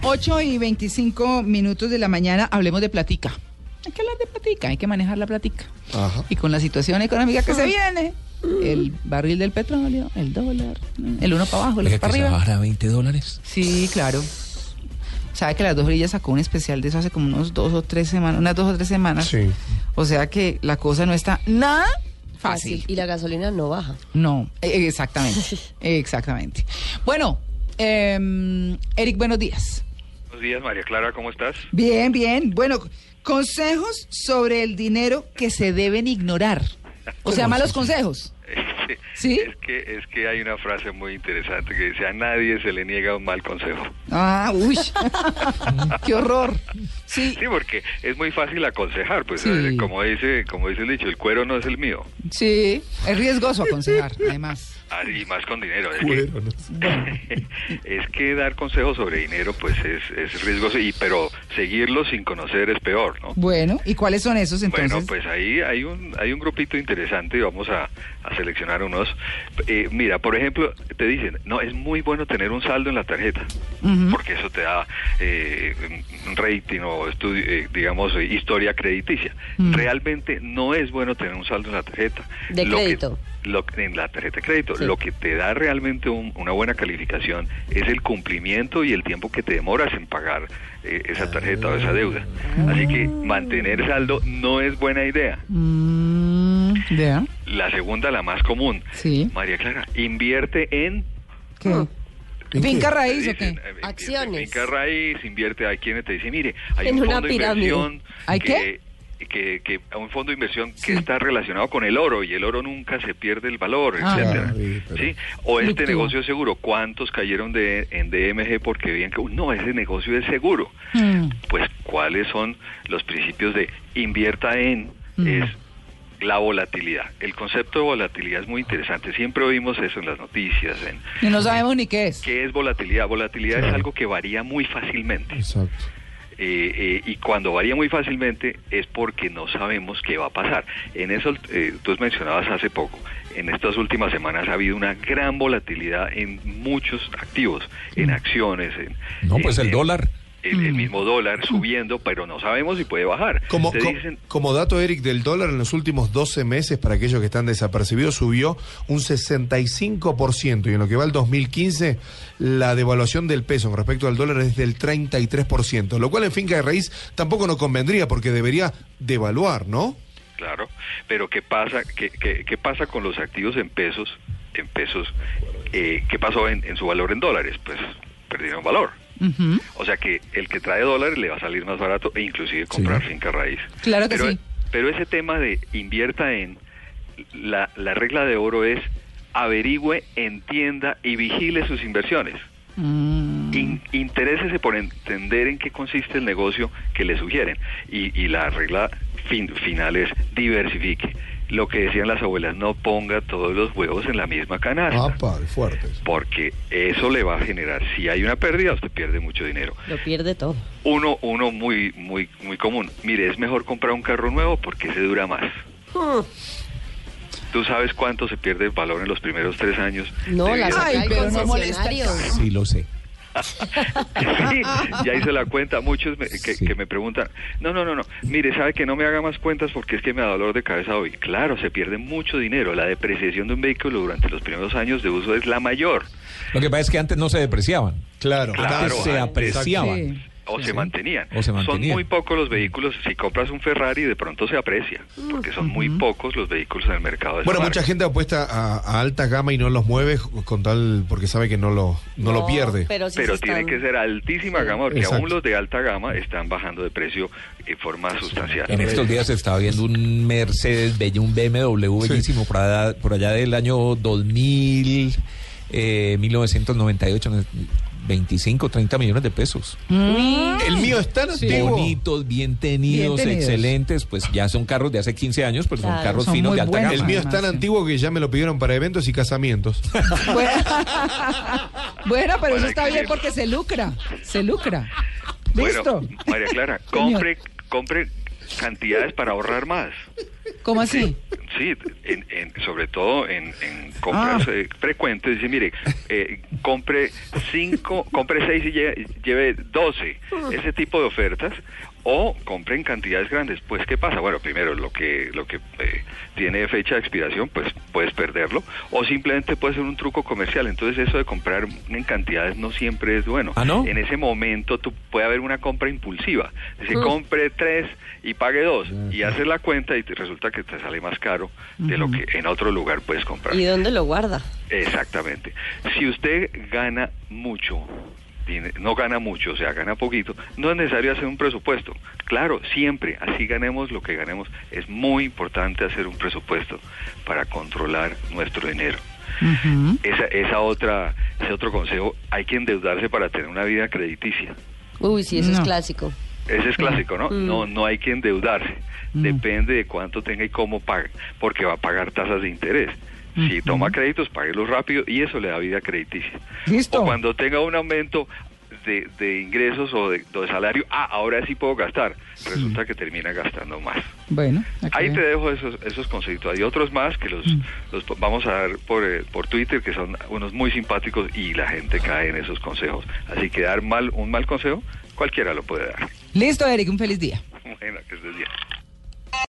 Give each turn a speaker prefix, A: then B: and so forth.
A: 8 y 25 minutos de la mañana hablemos de platica. Hay que hablar de platica, hay que manejar la platica. Y con la situación económica que se viene, el barril del petróleo, el dólar, el uno para abajo, el otro
B: Oiga,
A: para
B: que se
A: arriba.
B: bajara 20 dólares.
A: Sí, claro. Sabe que las dos orillas sacó un especial de eso hace como unos dos o tres semanas, unas dos o tres semanas.
C: Sí.
A: O sea que la cosa no está nada fácil.
D: Y la gasolina no baja.
A: No, eh, exactamente, exactamente. Bueno, em, Eric, buenos días.
E: Buenos días, María Clara, ¿cómo estás?
A: Bien, bien. Bueno, consejos sobre el dinero que se deben ignorar. O sea, malos consejos. ¿Sí?
E: Este, Es que, es que hay una frase muy interesante que dice, a nadie se le niega un mal consejo.
A: Ah, uy. Qué horror. Sí,
E: Sí, porque es muy fácil aconsejar, pues
A: Sí.
E: eh, como dice como dice el dicho, el cuero no es el mío,
A: sí. Es riesgoso aconsejar, además.
E: Ah, y más con dinero. Es que,
C: Bueno, no sé.
E: es que dar consejos sobre dinero pues es, es riesgoso, y, pero seguirlo sin conocer es peor, ¿no?
A: Bueno, ¿y cuáles son esos entonces?
E: Bueno, pues ahí hay un, hay un grupito interesante y vamos a, a seleccionar unos. Eh, mira, por ejemplo, te dicen, no, es muy bueno tener un saldo en la tarjeta, porque eso te da eh, un rating o, estudio, eh, digamos, eh, historia crediticia. Realmente no es bueno tener un saldo en la tarjeta.
D: De
E: Lo que-
D: crédito.
E: lo que- en la tarjeta de crédito.
D: Sí.
E: Lo que te da realmente un- una buena calificación es el cumplimiento y el tiempo que te demoras en pagar eh, esa tarjeta o esa deuda.
D: Ah.
E: Así que mantener saldo no es buena idea.
A: Mm, vea,
E: La segunda, la más común.
A: Sí.
E: María Clara, invierte en...
A: ¿qué?
C: ¿En qué?
A: ¿Finca raíz o
E: dicen,
A: qué?
E: eh, invierte en
D: Acciones.
E: finca raíz, invierte, hay quienes te dicen, mire, hay
D: En
E: un
D: una
E: fondo de
D: pirámide.
E: inversión...
A: ¿Hay
E: que- Que, que a un fondo de inversión que está relacionado con el oro y el oro nunca se pierde el valor,
A: Ah.
E: etcétera.
C: Ay, pero-
E: ¿sí? O este
A: Fluctúa.
E: negocio seguro, ¿cuántos cayeron de, en DMG porque veían que "Uy, no, ese negocio es seguro?
A: Mm,
E: Pues, ¿cuáles son los principios de invierta en?
A: Mm.
E: Es la volatilidad. El concepto de volatilidad es muy interesante. Siempre oímos eso en las noticias. En,
A: Y no sabemos ni qué es.
E: ¿Qué es volatilidad? Volatilidad es
C: Claro.
E: algo que varía muy fácilmente.
C: Exacto.
E: Eh, eh, y cuando varía muy fácilmente es porque no sabemos qué va a pasar. En eso eh, tú mencionabas hace poco, en estas últimas semanas ha habido una gran volatilidad en muchos activos, en acciones, en...
B: Mm. No, pues
E: en-
B: el
E: en-
B: dólar. Mm.
E: El, el mismo dólar subiendo, pero no sabemos si puede bajar.
C: Como,
E: Te
C: co-
E: dicen-
C: como dato, Eric, del dólar en los últimos 12 meses, para aquellos que están desapercibidos, subió un 65%. Y en lo que va el 2015, la devaluación del peso con respecto al dólar es del 33%. Lo cual en finca de raíz tampoco nos convendría porque debería devaluar, ¿no?
E: Claro, pero ¿qué pasa, qué, qué- qué pasa con los activos en pesos? En pesos eh, ¿Qué pasó en, en su valor en dólares? Pues perdieron valor.
A: Ujú.
E: O sea que el que trae dólares le va a salir más barato e inclusive comprar finca raíz.
A: Claro que
E: pero,
A: sí.
E: Pero ese tema de invierta en, la, la regla de oro es averigüe, entienda y vigile sus inversiones.
A: Mm,
E: In- interésese por entender en qué consiste el negocio que le sugieren. Y, y la regla fin- final es diversifique. Lo que decían las abuelas, no ponga todos los huevos en la misma canasta.
C: Apa, fuerte.
E: Porque eso le va a generar, si hay una pérdida, usted pierde mucho dinero.
D: Lo pierde todo.
E: Uno, uno muy, muy, muy común. Mire, es mejor comprar un carro nuevo porque se dura más.
D: Ah.
E: ¿Tú sabes cuánto se pierde el valor en los primeros tres años?
D: No,
E: de
D: la
E: vida?
A: Ay,
D: saca el
A: pero no
D: concesionario.
B: Sí, lo sé.
E: Sí, ya hice la cuenta. Muchos me- que,
B: Sí.
E: que me preguntan, no, no, no, no. Mire, sabe que no me haga más cuentas porque es que me da dolor de cabeza hoy. Claro, se pierde mucho dinero. La depreciación de un vehículo durante los primeros años de uso es la mayor.
B: Lo que pasa es que antes no se depreciaban.
C: Claro,
B: Antes
E: Claro,
B: se
E: antes-
B: apreciaban.
A: sí.
E: O se, mantenían.
B: O se
E: Son
B: mantenían.
E: muy pocos los vehículos. Si compras un Ferrari, de pronto se aprecia,
D: Mm,
E: porque son muy pocos los vehículos en el mercado. de esa
C: Bueno,
E: marca.
C: mucha gente apuesta a, a alta gama y no los mueve con tal porque sabe que no lo, no lo pierde.
D: Pero, Pues sí se
E: Pero
D: están-
E: tiene que ser altísima gama, porque
C: Exacto.
E: aún los de alta gama están bajando de precio de forma sustancial.
B: En estos días estaba viendo un Mercedes bello, un BMW bellísimo por, allá, por allá del año 2000, eh, 1998, no- 25, 30 millones de pesos.
A: Mm,
C: El mío es tan antiguo.
B: Bonitos, bien tenidos,
A: Bien tenidos.
B: excelentes, pues ya son carros de hace 15 años, pero son
D: Claro.
B: carros
A: Son
B: finos
A: muy
B: de alta
A: buenos.
C: El
B: gama.
C: mío es tan
A: Además, sí.
C: antiguo que ya me lo pidieron para eventos y casamientos.
A: Bueno, Bueno, pero eso
E: Bueno,
A: está bien
E: excelente.
A: porque se lucra, se lucra. ¿Listo?
E: Bueno, María Clara, compre, compre cantidades para ahorrar más.
A: ¿Cómo así?
E: Sí, en- en- sobre todo en, en compras
A: Ah.
E: eh, frecuentes. Dice, mire, eh, compre cinco, compre seis y lle- lleve doce.
A: Ah.
E: Ese tipo de ofertas. O compre en cantidades grandes. Pues, ¿qué pasa? Bueno, primero, lo que, lo que eh, tiene fecha de expiración, pues puedes perderlo. O simplemente puede ser un truco comercial. Entonces, eso de comprar en cantidades no siempre es bueno.
B: ¿Ah, no?
E: En ese momento tú puede haber una compra impulsiva. Dice,
A: Ah.
E: compre tres y pague dos. Y haces la cuenta y te resulta que te sale más caro de lo que en otro lugar puedes comprar.
D: ¿Y dónde lo guarda?
E: Exactamente. Si usted gana mucho, tiene- no gana mucho, o sea, gana poquito, no es necesario hacer un presupuesto. Claro, siempre, así ganemos lo que ganemos. Es muy importante hacer un presupuesto para controlar nuestro dinero.
A: Ujú.
E: Esa, esa otra, ese otro consejo, hay que endeudarse para tener una vida crediticia.
D: Uy, sí, eso
A: No.
D: es clásico.
E: Ese es clásico, ¿no? No, no hay que endeudarse. Depende de cuánto tenga y cómo paga, porque va a pagar tasas de interés. Si toma créditos, páguelos rápido y eso le da vida crediticia.
A: Listo.
E: O cuando tenga un aumento de, de ingresos o de, o de salario, ah, ahora sí puedo gastar. Resulta que termina gastando más.
A: Bueno, acá
E: Ahí
A: ve.
E: te dejo esos, esos conceptos. Hay otros más que los, los po- vamos a dar por, eh, por Twitter, que son unos muy simpáticos y la gente cae en esos consejos. Así que dar mal un mal consejo, cualquiera lo puede dar.
A: Listo, Eric, un feliz día.
E: Bueno, que estés bien.